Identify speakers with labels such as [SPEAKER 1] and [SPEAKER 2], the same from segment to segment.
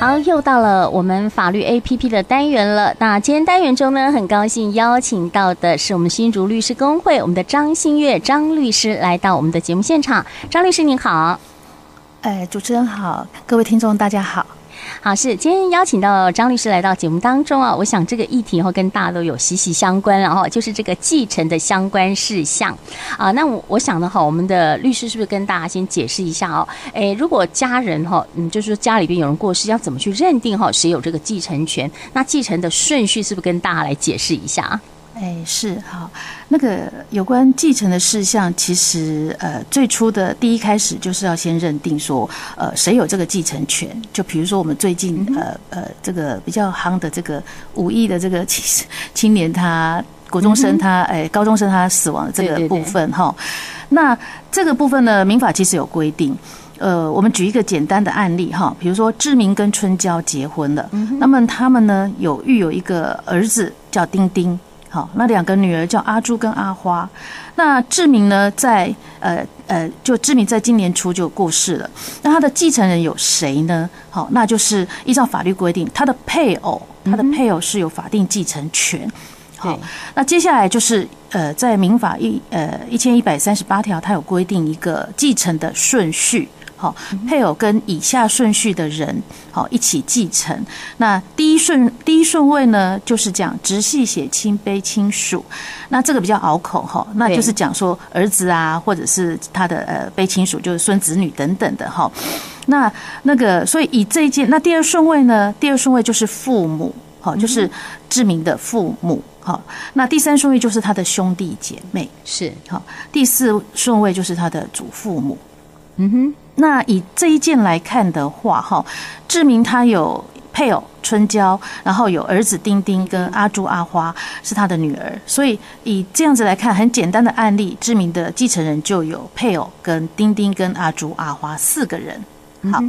[SPEAKER 1] 好，又到了我们法律 A P P 的单元了。那今天单元中呢，很高兴邀请到的是我们新竹律师工会我们的张新月张律师来到我们的节目现场。张律师您好，
[SPEAKER 2] 哎，主持人好，各位听众大家好。
[SPEAKER 1] 好，是今天邀请到张律师来到节目当中啊，我想这个议题哈、跟大家都有息息相关，然后就是这个继承的相关事项啊。那我我想呢哈，我们的律师是不是跟大家先解释一下哦？诶，如果家人哈，嗯，就是说家里边有人过世，要怎么去认定哈谁有这个继承权？那继承的顺序是不是跟大家来解释一下啊？
[SPEAKER 2] 哎，是好。那个有关继承的事项，其实呃，最初的第一开始就是要先认定说，呃，谁有这个继承权。就比如说我们最近
[SPEAKER 1] 嗯
[SPEAKER 2] 呃呃，这个比较夯的这个五亿的这个青 青年他国中生他哎、高中生他死亡的
[SPEAKER 1] 嗯
[SPEAKER 2] 这
[SPEAKER 1] 对对对
[SPEAKER 2] 个部分哈。那这个部分呢，民法其实有规定。呃，我们举一个简单的案例哈，比如说志明跟春娇结婚了，
[SPEAKER 1] 嗯
[SPEAKER 2] 那么他们呢有育有一个儿子叫丁丁，好，那两个女儿叫阿朱跟阿花。那志明呢，在呃呃，就志明在今年初就过世了。那他的继承人有谁呢？好，那就是依照法律规定，他的配偶，他的配偶是有法定继承权。好
[SPEAKER 1] 对，
[SPEAKER 2] 那接下来就是呃，在民法一呃一千一百三十八条，它有规定一个继承的顺序。好，配偶跟以下顺序的人，好一起继承。那第一顺第一顺位呢，就是讲直系血亲卑亲属。那这个比较拗口哈，那
[SPEAKER 1] 对
[SPEAKER 2] 就是讲说儿子啊，或者是他的呃卑亲属，就是孙子女等等的哈。那那个，所以以这一件，那第二顺位呢？第二顺位就是父母，好，就是志明的父母，好。那第三顺位就是他的兄弟姐妹，
[SPEAKER 1] 是，
[SPEAKER 2] 好。第四顺位就是他的祖父母。
[SPEAKER 1] 嗯哼，
[SPEAKER 2] 那以这一件来看的话，哈，志明他有配偶春娇，然后有儿子丁丁跟阿朱阿花是他的女儿，所以以这样子来看，很简单的案例，志明的继承人就有配偶跟丁丁跟阿朱阿花四个人。好，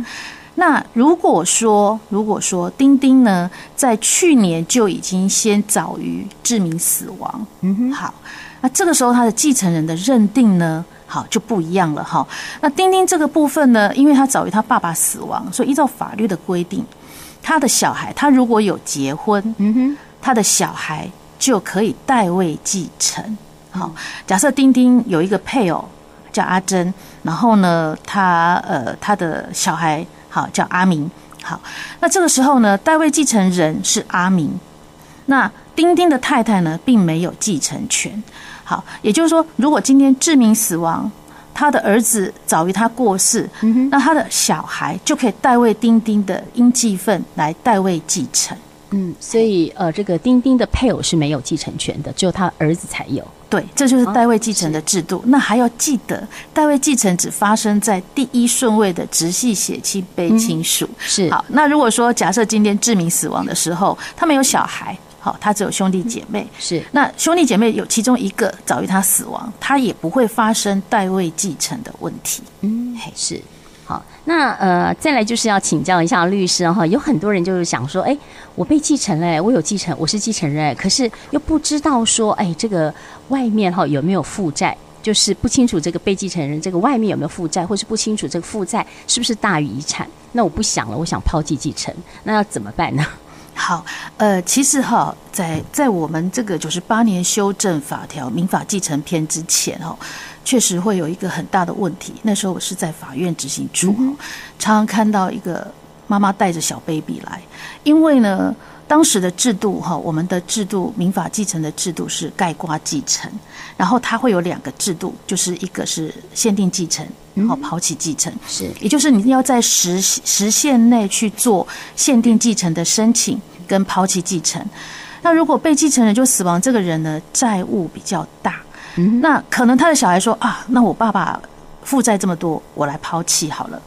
[SPEAKER 2] 那如果说如果说丁丁呢，在去年就已经先早于志明死亡，嗯哼，好，那这个时候他的继承人的认定呢，好就不一样了哈。那丁丁这个部分呢，因为他早于他爸爸死亡，所以依照法律的规定，他的小孩他如果有结婚，嗯哼，他的小孩就可以代位继承。好，假设丁丁有一个配偶叫阿珍，然后呢，他呃他的小孩好叫阿明，好，那这个时候呢，代位继承人是阿明，那丁丁的太太呢，并没有继承权。好，也就是说，如果今天志明死亡，他的儿子早于他过世，那他的小孩就可以代为丁丁的应继份来代位继承。
[SPEAKER 1] 嗯，所以呃，这个丁丁的配偶是没有继承权的，只有他儿子才有。
[SPEAKER 2] 对，这就是
[SPEAKER 1] 哦
[SPEAKER 2] 代位继承的制度。那还要记得，代位继承只发生在第一顺位的直系血亲卑亲属。
[SPEAKER 1] 是，
[SPEAKER 2] 好，那如果说假设今天志明死亡的时候，他没有小孩，好，他只有兄弟姐妹，
[SPEAKER 1] 是，
[SPEAKER 2] 那兄弟姐妹有其中一个早于他死亡，他也不会发生代位继承的问题。
[SPEAKER 1] 嗯，是。好，那呃，再来就是要请教一下律师哈、有很多人就是想说，哎，我被继承了，哎我有继承，我是继承人，哎可是又不知道说，哎，这个外面哈、有没有负债，就是不清楚这个被继承人这个外面有没有负债，或是不清楚这个负债是不是大于遗产。那我不想了，我想抛弃继承，那要怎么办呢？
[SPEAKER 2] 好，呃，其实哈，在在我们这个九十八年修正法条《民法继承篇》之前哦，确实会有一个很大的问题。那时候我是在法院执行处，哦常常看到一个妈妈带着小 baby 来，因为呢，当时的制度哈，我们的制度民法继承的制度是盖瓜继承，然后它会有两个制度，就是一个是限定继承，然后抛弃继承。
[SPEAKER 1] 是
[SPEAKER 2] 也就是你要在时时限内去做限定继承的申请跟抛弃继承。那如果被继承人就死亡，这个人呢债务比较大，那可能他的小孩说啊，那我爸爸负债这么多，我来抛弃好了。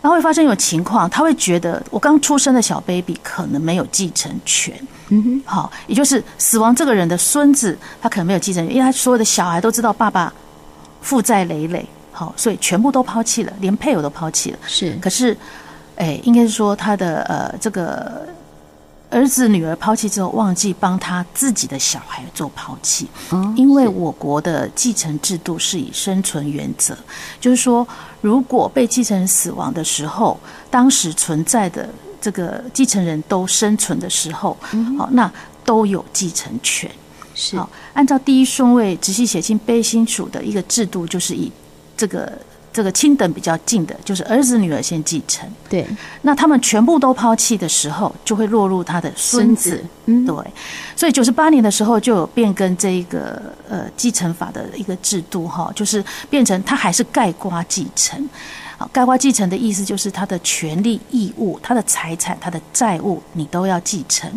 [SPEAKER 2] 然后会发生有情况，他会觉得我刚出生的小 baby 可能没有继承权，嗯哼，好，也就是死亡这个人的孙子，他可能没有继承权，因为他所有的小孩都知道爸爸负债累累，好，所以全部都抛弃了，连配偶都抛弃了。
[SPEAKER 1] 是，
[SPEAKER 2] 可是，哎，应该是说他的呃这个儿子女儿抛弃之后，忘记帮他自己的小孩做抛弃，
[SPEAKER 1] 哦
[SPEAKER 2] 因为我国的继承制度是以生存原则，就是说，如果被继承人死亡的时候，当时存在的这个继承人都生存的时候，好，那都有继承权。
[SPEAKER 1] 是
[SPEAKER 2] 好，按照第一顺位直系血亲卑亲属的一个制度，就是以这个这个亲等比较近的，就是儿子女儿先继承。
[SPEAKER 1] 对，
[SPEAKER 2] 那他们全部都抛弃的时候，就会落入他的孙子。
[SPEAKER 1] 孙子嗯
[SPEAKER 2] 对，所以九十八年的时候就有变更这一个呃继承法的一个制度哈，就是变成他还是盖瓜继承。好，盖瓜继承的意思就是他的权利义务、他的财产、他的债务，你都要继承。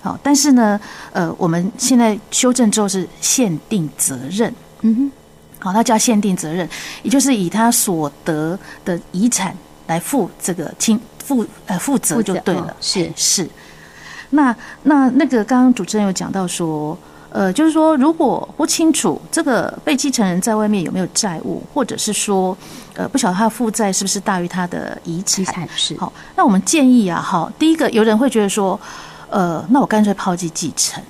[SPEAKER 2] 好，但是呢，呃，我们现在修正之后是限定责任。
[SPEAKER 1] 嗯哼，
[SPEAKER 2] 好，那叫限定责任，也就是以他所得的遗产来负这个亲负呃负责
[SPEAKER 1] 负
[SPEAKER 2] 就
[SPEAKER 1] 责
[SPEAKER 2] 对
[SPEAKER 1] 哦
[SPEAKER 2] 了。
[SPEAKER 1] 是
[SPEAKER 2] 是，那那那个刚刚主持人有讲到说，呃，就是说如果不清楚这个被继承人在外面有没有债务，或者是说，呃，不晓得他的负债是不是大于他的遗产
[SPEAKER 1] 遗，产是
[SPEAKER 2] 好，那我们建议啊，哈，第一个有人会觉得说，呃，那我干脆抛弃继承。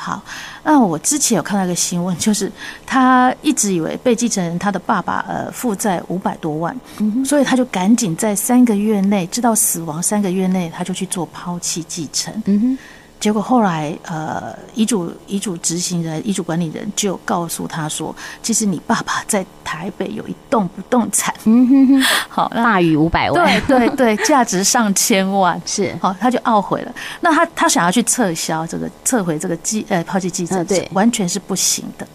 [SPEAKER 2] 好，那我之前有看到一个新闻，就是他一直以为被继承人他的爸爸呃负债五百多万，
[SPEAKER 1] 嗯
[SPEAKER 2] 所以他就赶紧在三个月内，直到死亡三个月内，他就去做抛弃继承。
[SPEAKER 1] 嗯哼，
[SPEAKER 2] 结果后来，呃，遗嘱遗嘱执行人、遗嘱管理人就告诉他说，其实你爸爸在台北有一栋不动产，
[SPEAKER 1] 嗯哼哼，
[SPEAKER 2] 好，那
[SPEAKER 1] 大于五百万，
[SPEAKER 2] 对对对， 价值上千万，
[SPEAKER 1] 是
[SPEAKER 2] 好，他就懊悔了。那他他想要去撤销这个撤回这个继呃抛弃继承，
[SPEAKER 1] 嗯对
[SPEAKER 2] 是完全是不行的。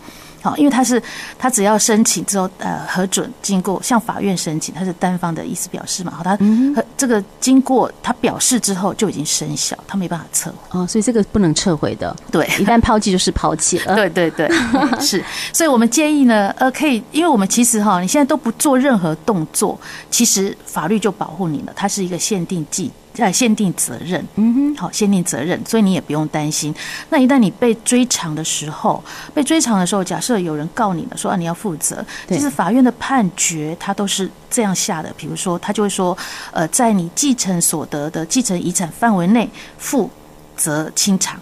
[SPEAKER 2] 好，因为他是他只要申请之后呃核准，经过向法院申请，他是单方的意思表示嘛，好，他、
[SPEAKER 1] 嗯
[SPEAKER 2] 和这个经过他表示之后就已经生效，他没办法撤回。
[SPEAKER 1] 哦，所以这个不能撤回的，
[SPEAKER 2] 对，
[SPEAKER 1] 一旦抛弃就是抛弃呃了。
[SPEAKER 2] 对对对，嗯是。所以我们建议呢，呃，可以，因为我们其实哈，你现在都不做任何动作，其实法律就保护你了，它是一个限定记。呃，限定责任，嗯哼，好，限定责任，所以你也不用担心。那一旦你被追偿的时候，被追偿的时候，假设有人告你了，说啊你要负责，
[SPEAKER 1] 对
[SPEAKER 2] 其实法院的判决它都是这样下的。比如说，他就会说，呃，在你继承所得的继承遗产范围内负责清偿，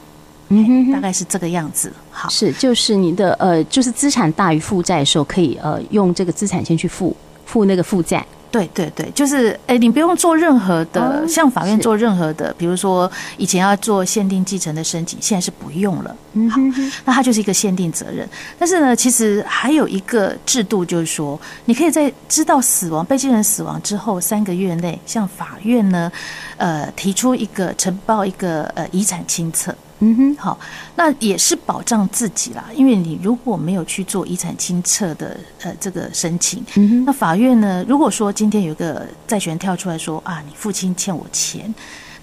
[SPEAKER 1] 嗯哼
[SPEAKER 2] 大概是这个样子。好，
[SPEAKER 1] 是，就是你的呃，就是资产大于负债的时候，可以呃用这个资产先去付付那个负债。
[SPEAKER 2] 对对对，就是哎，你不用做任何的，
[SPEAKER 1] 哦
[SPEAKER 2] 向法院
[SPEAKER 1] 是
[SPEAKER 2] 做任何的，比如说以前要做限定继承的申请，现在是不用了。
[SPEAKER 1] 嗯哼哼，
[SPEAKER 2] 那它就是一个限定责任。但是呢，其实还有一个制度，就是说，你可以在知道死亡被继承人死亡之后三个月内，向法院呢，呃，提出一个呈报一个呃遗产清册。
[SPEAKER 1] 嗯哼，
[SPEAKER 2] 好，那也是保障自己啦，因为你如果没有去做遗产清册的呃这个申请，
[SPEAKER 1] 嗯哼
[SPEAKER 2] 那法院呢，如果说今天有一个债权人跳出来说啊，你父亲欠我钱，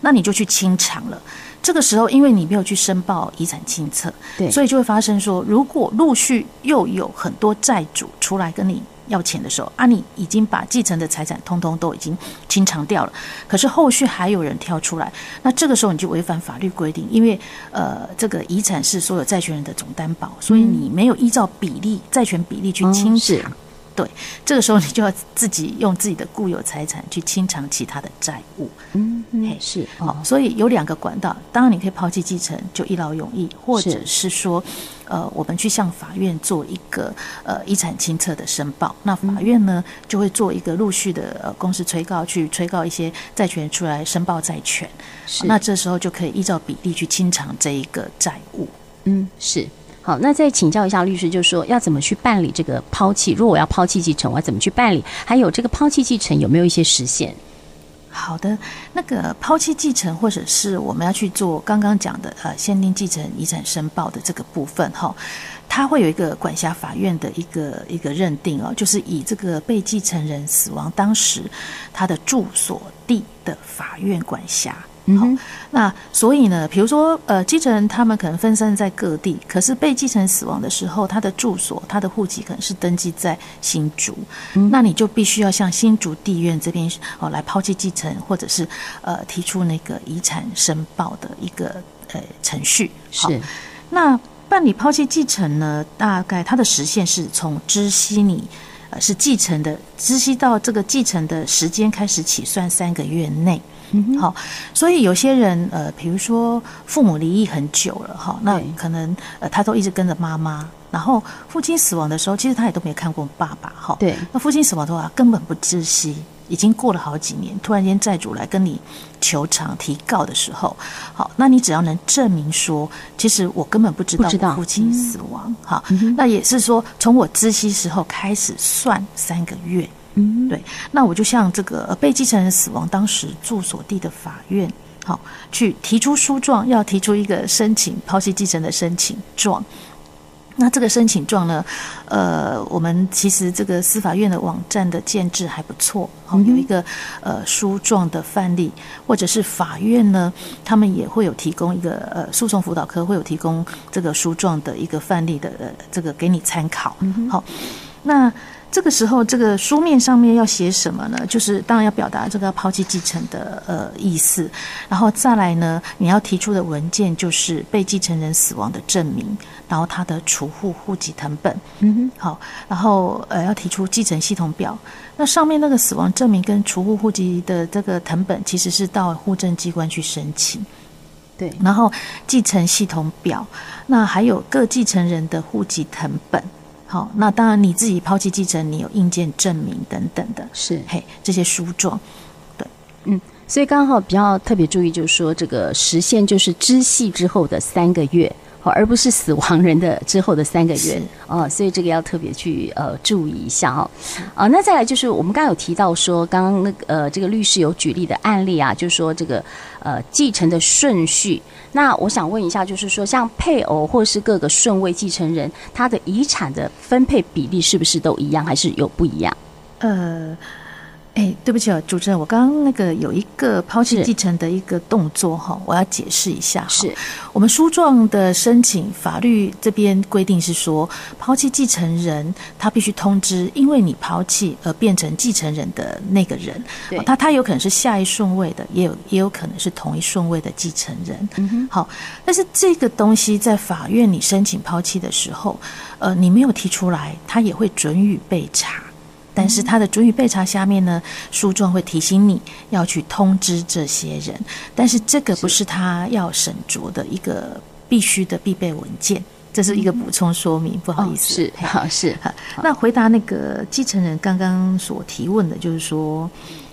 [SPEAKER 2] 那你就去清偿了。这个时候，因为你没有去申报遗产清册，
[SPEAKER 1] 对
[SPEAKER 2] 所以就会发生说，如果陆续又有很多债主出来跟你要钱的时候，啊，你已经把继承的财产通通都已经清偿掉了，可是后续还有人跳出来，那这个时候你就违反法律规定，因为呃，这个遗产是所有债权人的总担保，所以你没有依照比例债权比例去
[SPEAKER 1] 哦
[SPEAKER 2] 清偿
[SPEAKER 1] 是，
[SPEAKER 2] 对，这个时候你就要自己用自己的固有财产去清偿其他的债务。
[SPEAKER 1] 嗯
[SPEAKER 2] 嘿
[SPEAKER 1] 哼，是哦，
[SPEAKER 2] 所以有两个管道，当然你可以抛弃继承，就一劳永逸，或者是说，呃，我们去向法院做一个呃遗产清册的申报，
[SPEAKER 1] 嗯
[SPEAKER 2] 那法院呢就会做一个陆续的呃公示催告，去催告一些债权人出来申报债权，
[SPEAKER 1] 是
[SPEAKER 2] 那这时候就可以依照比例去清偿这一个债务。
[SPEAKER 1] 嗯是。好，那再请教一下律师，就是说要怎么去办理这个抛弃？如果我要抛弃继承，我要怎么去办理？还有这个抛弃继承有没有一些时限？
[SPEAKER 2] 好的，那个抛弃继承，或者是我们要去做刚刚讲的呃限定继承遗产申报的这个部分哈，它会有一个管辖法院的一个一个认定哦，就是以这个被继承人死亡当时他的住所地的法院管辖。
[SPEAKER 1] 嗯
[SPEAKER 2] 好
[SPEAKER 1] 哼，
[SPEAKER 2] 那所以呢，比如说，呃，继承人他们可能分散在各地，可是被继承人死亡的时候，他的住所、他的户籍可能是登记在新竹，那你就必须要向新竹地院这边哦来抛弃继承，或者是呃提出那个遗产申报的一个呃程序。好
[SPEAKER 1] 是，
[SPEAKER 2] 那办理抛弃继承呢，大概它的时限是从知悉你呃是继承的，知悉到这个继承的时间开始起算三个月内。
[SPEAKER 1] 嗯
[SPEAKER 2] 好、所以有些人呃，比如说父母离异很久了哈、那
[SPEAKER 1] 对
[SPEAKER 2] 可能呃他都一直跟着妈妈，然后父亲死亡的时候，其实他也都没看过爸爸哈、
[SPEAKER 1] 对
[SPEAKER 2] 那父亲死亡的话，根本不知悉。已经过了好几年，突然间债主来跟你求偿提告的时候，好，那你只要能证明说，其实我根本不知道
[SPEAKER 1] 不知道嗯
[SPEAKER 2] 我父亲死亡，好，那也是说从我知悉时候开始算三个月，
[SPEAKER 1] 嗯，
[SPEAKER 2] 对，那我就向这个呃被继承人死亡当时住所地的法院，好去提出诉状，要提出一个申请抛弃继承的申请状。那这个申请状呢，呃，我们其实这个司法院的网站的建制还不错，好、有一个呃诉状的范例，或者是法院呢，他们也会有提供一个呃诉讼辅导科会有提供这个诉状的一个范例的呃这个给你参考，好、那这个时候，这个书面上面要写什么呢？就是当然要表达这个要抛弃继承的呃意思，然后再来呢，你要提出的文件就是被继承人死亡的证明，然后他的储户户籍成本，
[SPEAKER 1] 嗯哼，
[SPEAKER 2] 好，然后呃要提出继承系统表。那上面那个死亡证明跟储户户籍的这个成本，其实是到户政机关去申请。
[SPEAKER 1] 对，
[SPEAKER 2] 然后继承系统表，那还有各继承人的户籍成本。好，那当然你自己抛弃继承，你有印鉴证明等等的，
[SPEAKER 1] 是。
[SPEAKER 2] 嘿，这些书状。
[SPEAKER 1] 所以刚好比较特别注意，就是说这个时限就是知悉之后的三个月，好，而不是死亡人的之后的三个月
[SPEAKER 2] 是
[SPEAKER 1] 哦、所以这个要特别去呃注意一下哦。啊、那再来就是我们刚刚有提到说，刚刚那个呃这个律师有举例的案例啊，就是说这个呃继承的顺序。那我想问一下，就是说像配偶或是各个顺位继承人，他的遗产的分配比例是不是都一样，还是有不一样？
[SPEAKER 2] 呃，哎，对不起哦，主持人，我刚刚那个有一个抛弃
[SPEAKER 1] 是
[SPEAKER 2] 继承的一个动作哈，我要解释一下哈。
[SPEAKER 1] 是
[SPEAKER 2] 我们诉状的申请，法律这边规定是说，抛弃继承人他必须通知，因为你抛弃而变成继承人的那个人，
[SPEAKER 1] 对
[SPEAKER 2] 哦他他有可能是下一顺位的，也有也有可能是同一顺位的继承人。嗯哼，好，但是这个东西在法院你申请抛弃的时候，呃，你没有提出来，他也会准予备查。但
[SPEAKER 1] 嗯
[SPEAKER 2] 是他的准予备查下面呢，诉状会提醒你要去通知这些人，但是这个不是他要审酌的一个必须的必备文件，这是一个补充说明，不好
[SPEAKER 1] 嗯哦
[SPEAKER 2] 意，思。
[SPEAKER 1] 是
[SPEAKER 2] 嘿
[SPEAKER 1] 好是
[SPEAKER 2] 好那回答那个继承人刚刚所提问的，就是说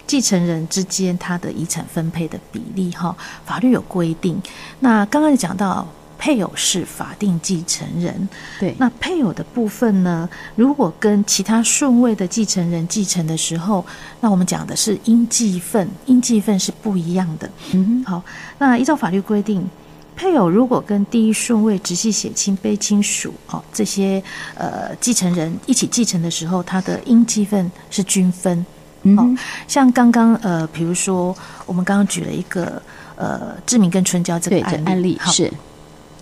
[SPEAKER 2] 继承人之间他的遗产分配的比例哈，法律有规定。那刚刚讲到配偶是法定继承人，
[SPEAKER 1] 对，
[SPEAKER 2] 那配偶的部分呢，如果跟其他顺位的继承人继承的时候，那我们讲的是应继份，应继份是不一样的。
[SPEAKER 1] 嗯
[SPEAKER 2] 好，那依照法律规定，配偶如果跟第一顺位直系血亲、卑亲属哦这些呃继承人一起继承的时候，他的应继份是均分。
[SPEAKER 1] 哼，嗯
[SPEAKER 2] 哦
[SPEAKER 1] 哼，
[SPEAKER 2] 像刚刚呃，比如说我们刚刚举了一个呃志明跟春娇这
[SPEAKER 1] 对，
[SPEAKER 2] 个
[SPEAKER 1] 这
[SPEAKER 2] 案例，
[SPEAKER 1] 案例
[SPEAKER 2] 好
[SPEAKER 1] 是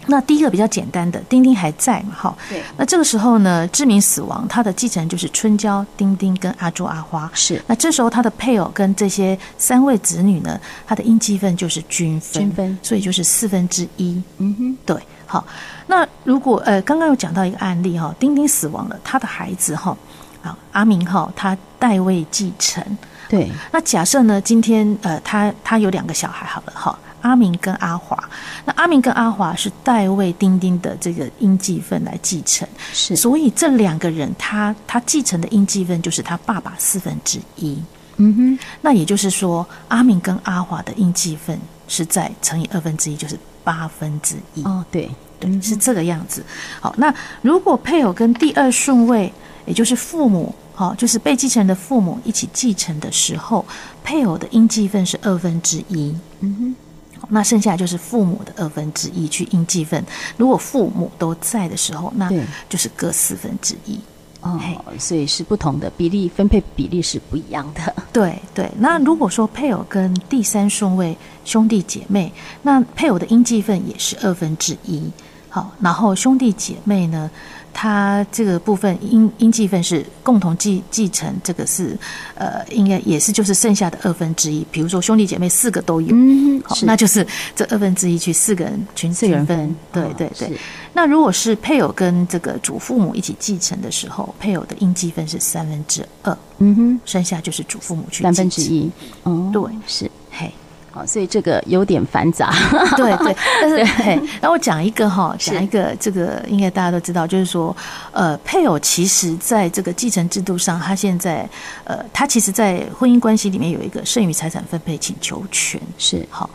[SPEAKER 2] 那第一个比较简单的，丁丁还在嘛？哈，
[SPEAKER 1] 对
[SPEAKER 2] 那这个时候呢，志明死亡，他的继承人就是春娇、丁丁跟阿朱、阿花。
[SPEAKER 1] 是
[SPEAKER 2] 那这时候他的配偶跟这些三位子女呢，他的应继份就是均分，
[SPEAKER 1] 均分
[SPEAKER 2] 所以就是四分之一。
[SPEAKER 1] 嗯哼，
[SPEAKER 2] 对，好，那如果呃，刚刚有讲到一个案例哈、丁丁死亡了，他的孩子哈、啊阿明哈、他代位继承。
[SPEAKER 1] 对，
[SPEAKER 2] 那假设呢，今天呃，他他有两个小孩好了哈，阿明跟阿华。那阿明跟阿华是代为丁丁的这个应继份来继承，
[SPEAKER 1] 是
[SPEAKER 2] 所以这两个人他他继承的应继份就是他爸爸四分之一。
[SPEAKER 1] 嗯哼，
[SPEAKER 2] 那也就是说，阿明跟阿华的应继份是在乘以二分之一，就是八分之一。
[SPEAKER 1] 哦，对，
[SPEAKER 2] 对，是这个样子。好，那如果配偶跟第二顺位，也就是父母，好、就是被继承人的父母一起继承的时候，配偶的应继份是二分之一。
[SPEAKER 1] 嗯
[SPEAKER 2] 好那剩下就是父母的二分之一去应继份。如果父母都在的时候，那
[SPEAKER 1] 对
[SPEAKER 2] 就是各四分之一。
[SPEAKER 1] 哼，
[SPEAKER 2] 嘿
[SPEAKER 1] 哦，所以是不同的比例分配比例是不一样的，
[SPEAKER 2] 对对，那如果说配偶跟第三顺位兄弟姐妹，那配偶的应继份也是二分之一。好，然后兄弟姐妹呢，他这个部分应应继份是共同继继承，这个是呃，应该也是就是剩下的二分之一。比如说兄弟姐妹四个都有，
[SPEAKER 1] 嗯
[SPEAKER 2] 好，
[SPEAKER 1] 是
[SPEAKER 2] 那就是这二分之一去四个人群
[SPEAKER 1] 四个人
[SPEAKER 2] 均分
[SPEAKER 1] 分，
[SPEAKER 2] 对
[SPEAKER 1] 哦
[SPEAKER 2] 对对。
[SPEAKER 1] 是
[SPEAKER 2] 那如果是配偶跟这个祖父母一起继承的时候，配偶的应继份是三分之二，
[SPEAKER 1] 嗯哼，
[SPEAKER 2] 剩下就是祖父母去
[SPEAKER 1] 三
[SPEAKER 2] 继
[SPEAKER 1] 分之
[SPEAKER 2] 承
[SPEAKER 1] 一，哦，
[SPEAKER 2] 对
[SPEAKER 1] 是
[SPEAKER 2] 嘿，
[SPEAKER 1] 好，所以这个有点繁 杂。
[SPEAKER 2] 对对，但是嘿，然后我讲一个哈，讲一个这个应该大家都知道，就是说，呃，配偶其实在这个继承制度上，他现在呃，他其实，在婚姻关系里面有一个剩余财产分配请求权。
[SPEAKER 1] 是
[SPEAKER 2] 好，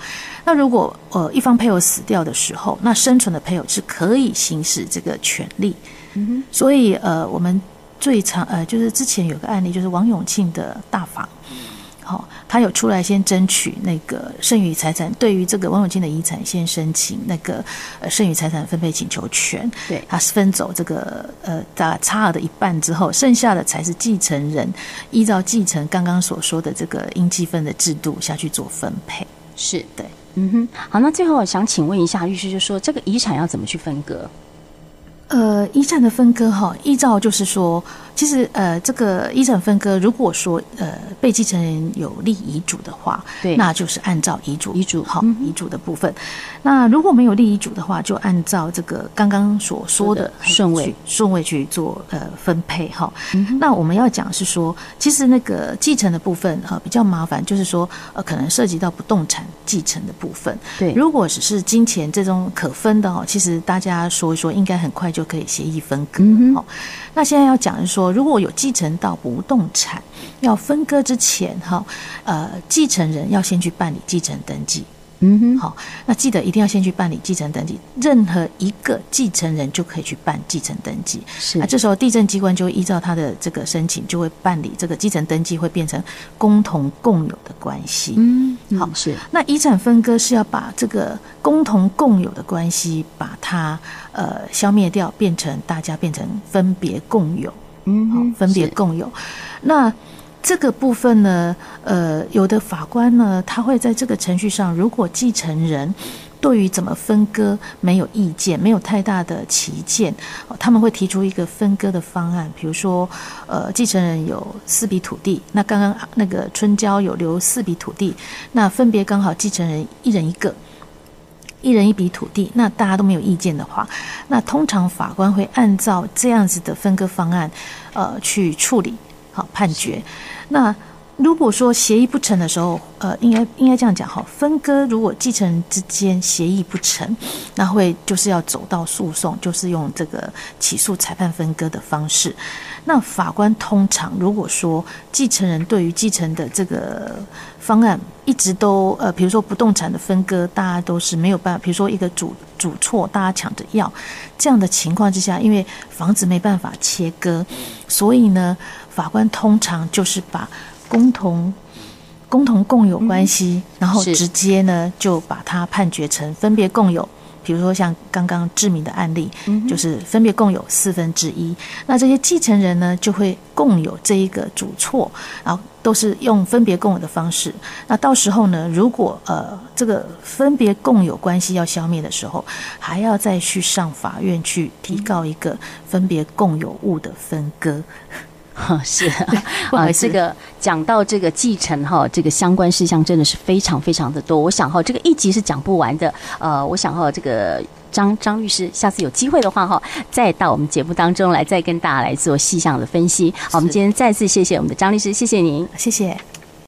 [SPEAKER 2] 那如果呃一方配偶死掉的时候，那生存的配偶是可以行使这个权利。嗯哼，所以呃，我们最常呃，就是之前有个案例，就是王永庆的大法。好、他有出来先争取那个剩余财产，对于这个王永庆的遗产先申请那个呃剩余财产分配请求权。
[SPEAKER 1] 对
[SPEAKER 2] 他分走这个呃大差额的一半之后，剩下的才是继承人依照继承刚刚所说的这个应继分的制度下去做分配。
[SPEAKER 1] 是，
[SPEAKER 2] 对，
[SPEAKER 1] 嗯哼。好，那最后我想请问一下律师，就说这个遗产要怎么去分割？
[SPEAKER 2] 呃，遗产的分割哈，依照就是说，其实呃，这个遗产分割，如果说呃被继承人有立遗嘱的话，
[SPEAKER 1] 对
[SPEAKER 2] 那就是按照遗嘱
[SPEAKER 1] 遗嘱嗯
[SPEAKER 2] 好、遗嘱的部分。那如果没有立遗嘱的话，就按照这个刚刚所说的
[SPEAKER 1] 是的顺位嗯
[SPEAKER 2] 去顺位去做呃分配哈、那我们要讲是说，其实那个继承的部分呃比较麻烦，就是说呃可能涉及到不动产继承的部分。
[SPEAKER 1] 对
[SPEAKER 2] 如果只是金钱这种可分的哦，其实大家说一说，应该很快就可以协议分割。
[SPEAKER 1] 嗯
[SPEAKER 2] 哦，那现在要讲的是说，如果有继承到不动产，要分割之前哈，呃，继承人要先去办理继承登记。
[SPEAKER 1] 嗯哼，
[SPEAKER 2] 好，那记得一定要先去办理继承登记，任何一个继承人就可以去办继承登记。
[SPEAKER 1] 是
[SPEAKER 2] 啊，这时候地震机关就会依照他的这个申请，就会办理这个继承登记，会变成共同共有的关系。
[SPEAKER 1] 嗯，
[SPEAKER 2] 好
[SPEAKER 1] 好，是
[SPEAKER 2] 那遗产分割是要把这个共同共有的关系，把它呃消灭掉，变成大家变成分别共有，
[SPEAKER 1] 嗯
[SPEAKER 2] 好、
[SPEAKER 1] 哼
[SPEAKER 2] 分别
[SPEAKER 1] 是
[SPEAKER 2] 共有。那这个部分呢，呃，有的法官呢，他会在这个程序上，如果继承人对于怎么分割没有意见，没有太大的歧见，哦他们会提出一个分割的方案，比如说，呃，继承人有四笔土地，那刚刚那个春娇有留四笔土地，那分别刚好继承人一人一个。一人一笔土地，那大家都没有意见的话，那通常法官会按照这样子的分割方案，呃，去处理好判决。那如果说协议不成的时候，呃，应该应该这样讲哈，分割如果继承人之间协议不成，那会就是要走到诉讼，就是用这个起诉裁判分割的方式。那法官通常如果说继承人对于继承的这个方案一直都呃，比如说不动产的分割，大家都是没有办法，比如说一个主主错，大家抢着要这样的情况之下，因为房子没办法切割，所以呢，法官通常就是把共同。共同共有关系，然后
[SPEAKER 1] 是
[SPEAKER 2] 直接呢就把它判决成分别共有，比如说像刚刚志明的案例，就是分别共有四分之一。那这些继承人呢，就会共有这一个主错，然后都是用分别共有的方式。那到时候呢，如果呃这个分别共有关系要消灭的时候，还要再去上法院去提告一个分别共有物的分割。
[SPEAKER 1] 哈 是
[SPEAKER 2] 不好
[SPEAKER 1] 啊，
[SPEAKER 2] 意思
[SPEAKER 1] 这个讲到这个继承哈，这个相关事项真的是非常非常的多。我想哈，这个一集是讲不完的。呃，我想哈，这个张张律师下次有机会的话哈，再到我们节目当中来，再跟大家来做细项的分析。好，我们
[SPEAKER 2] 是
[SPEAKER 1] 今天再次谢谢我们的张律师，谢谢您。
[SPEAKER 2] 谢谢。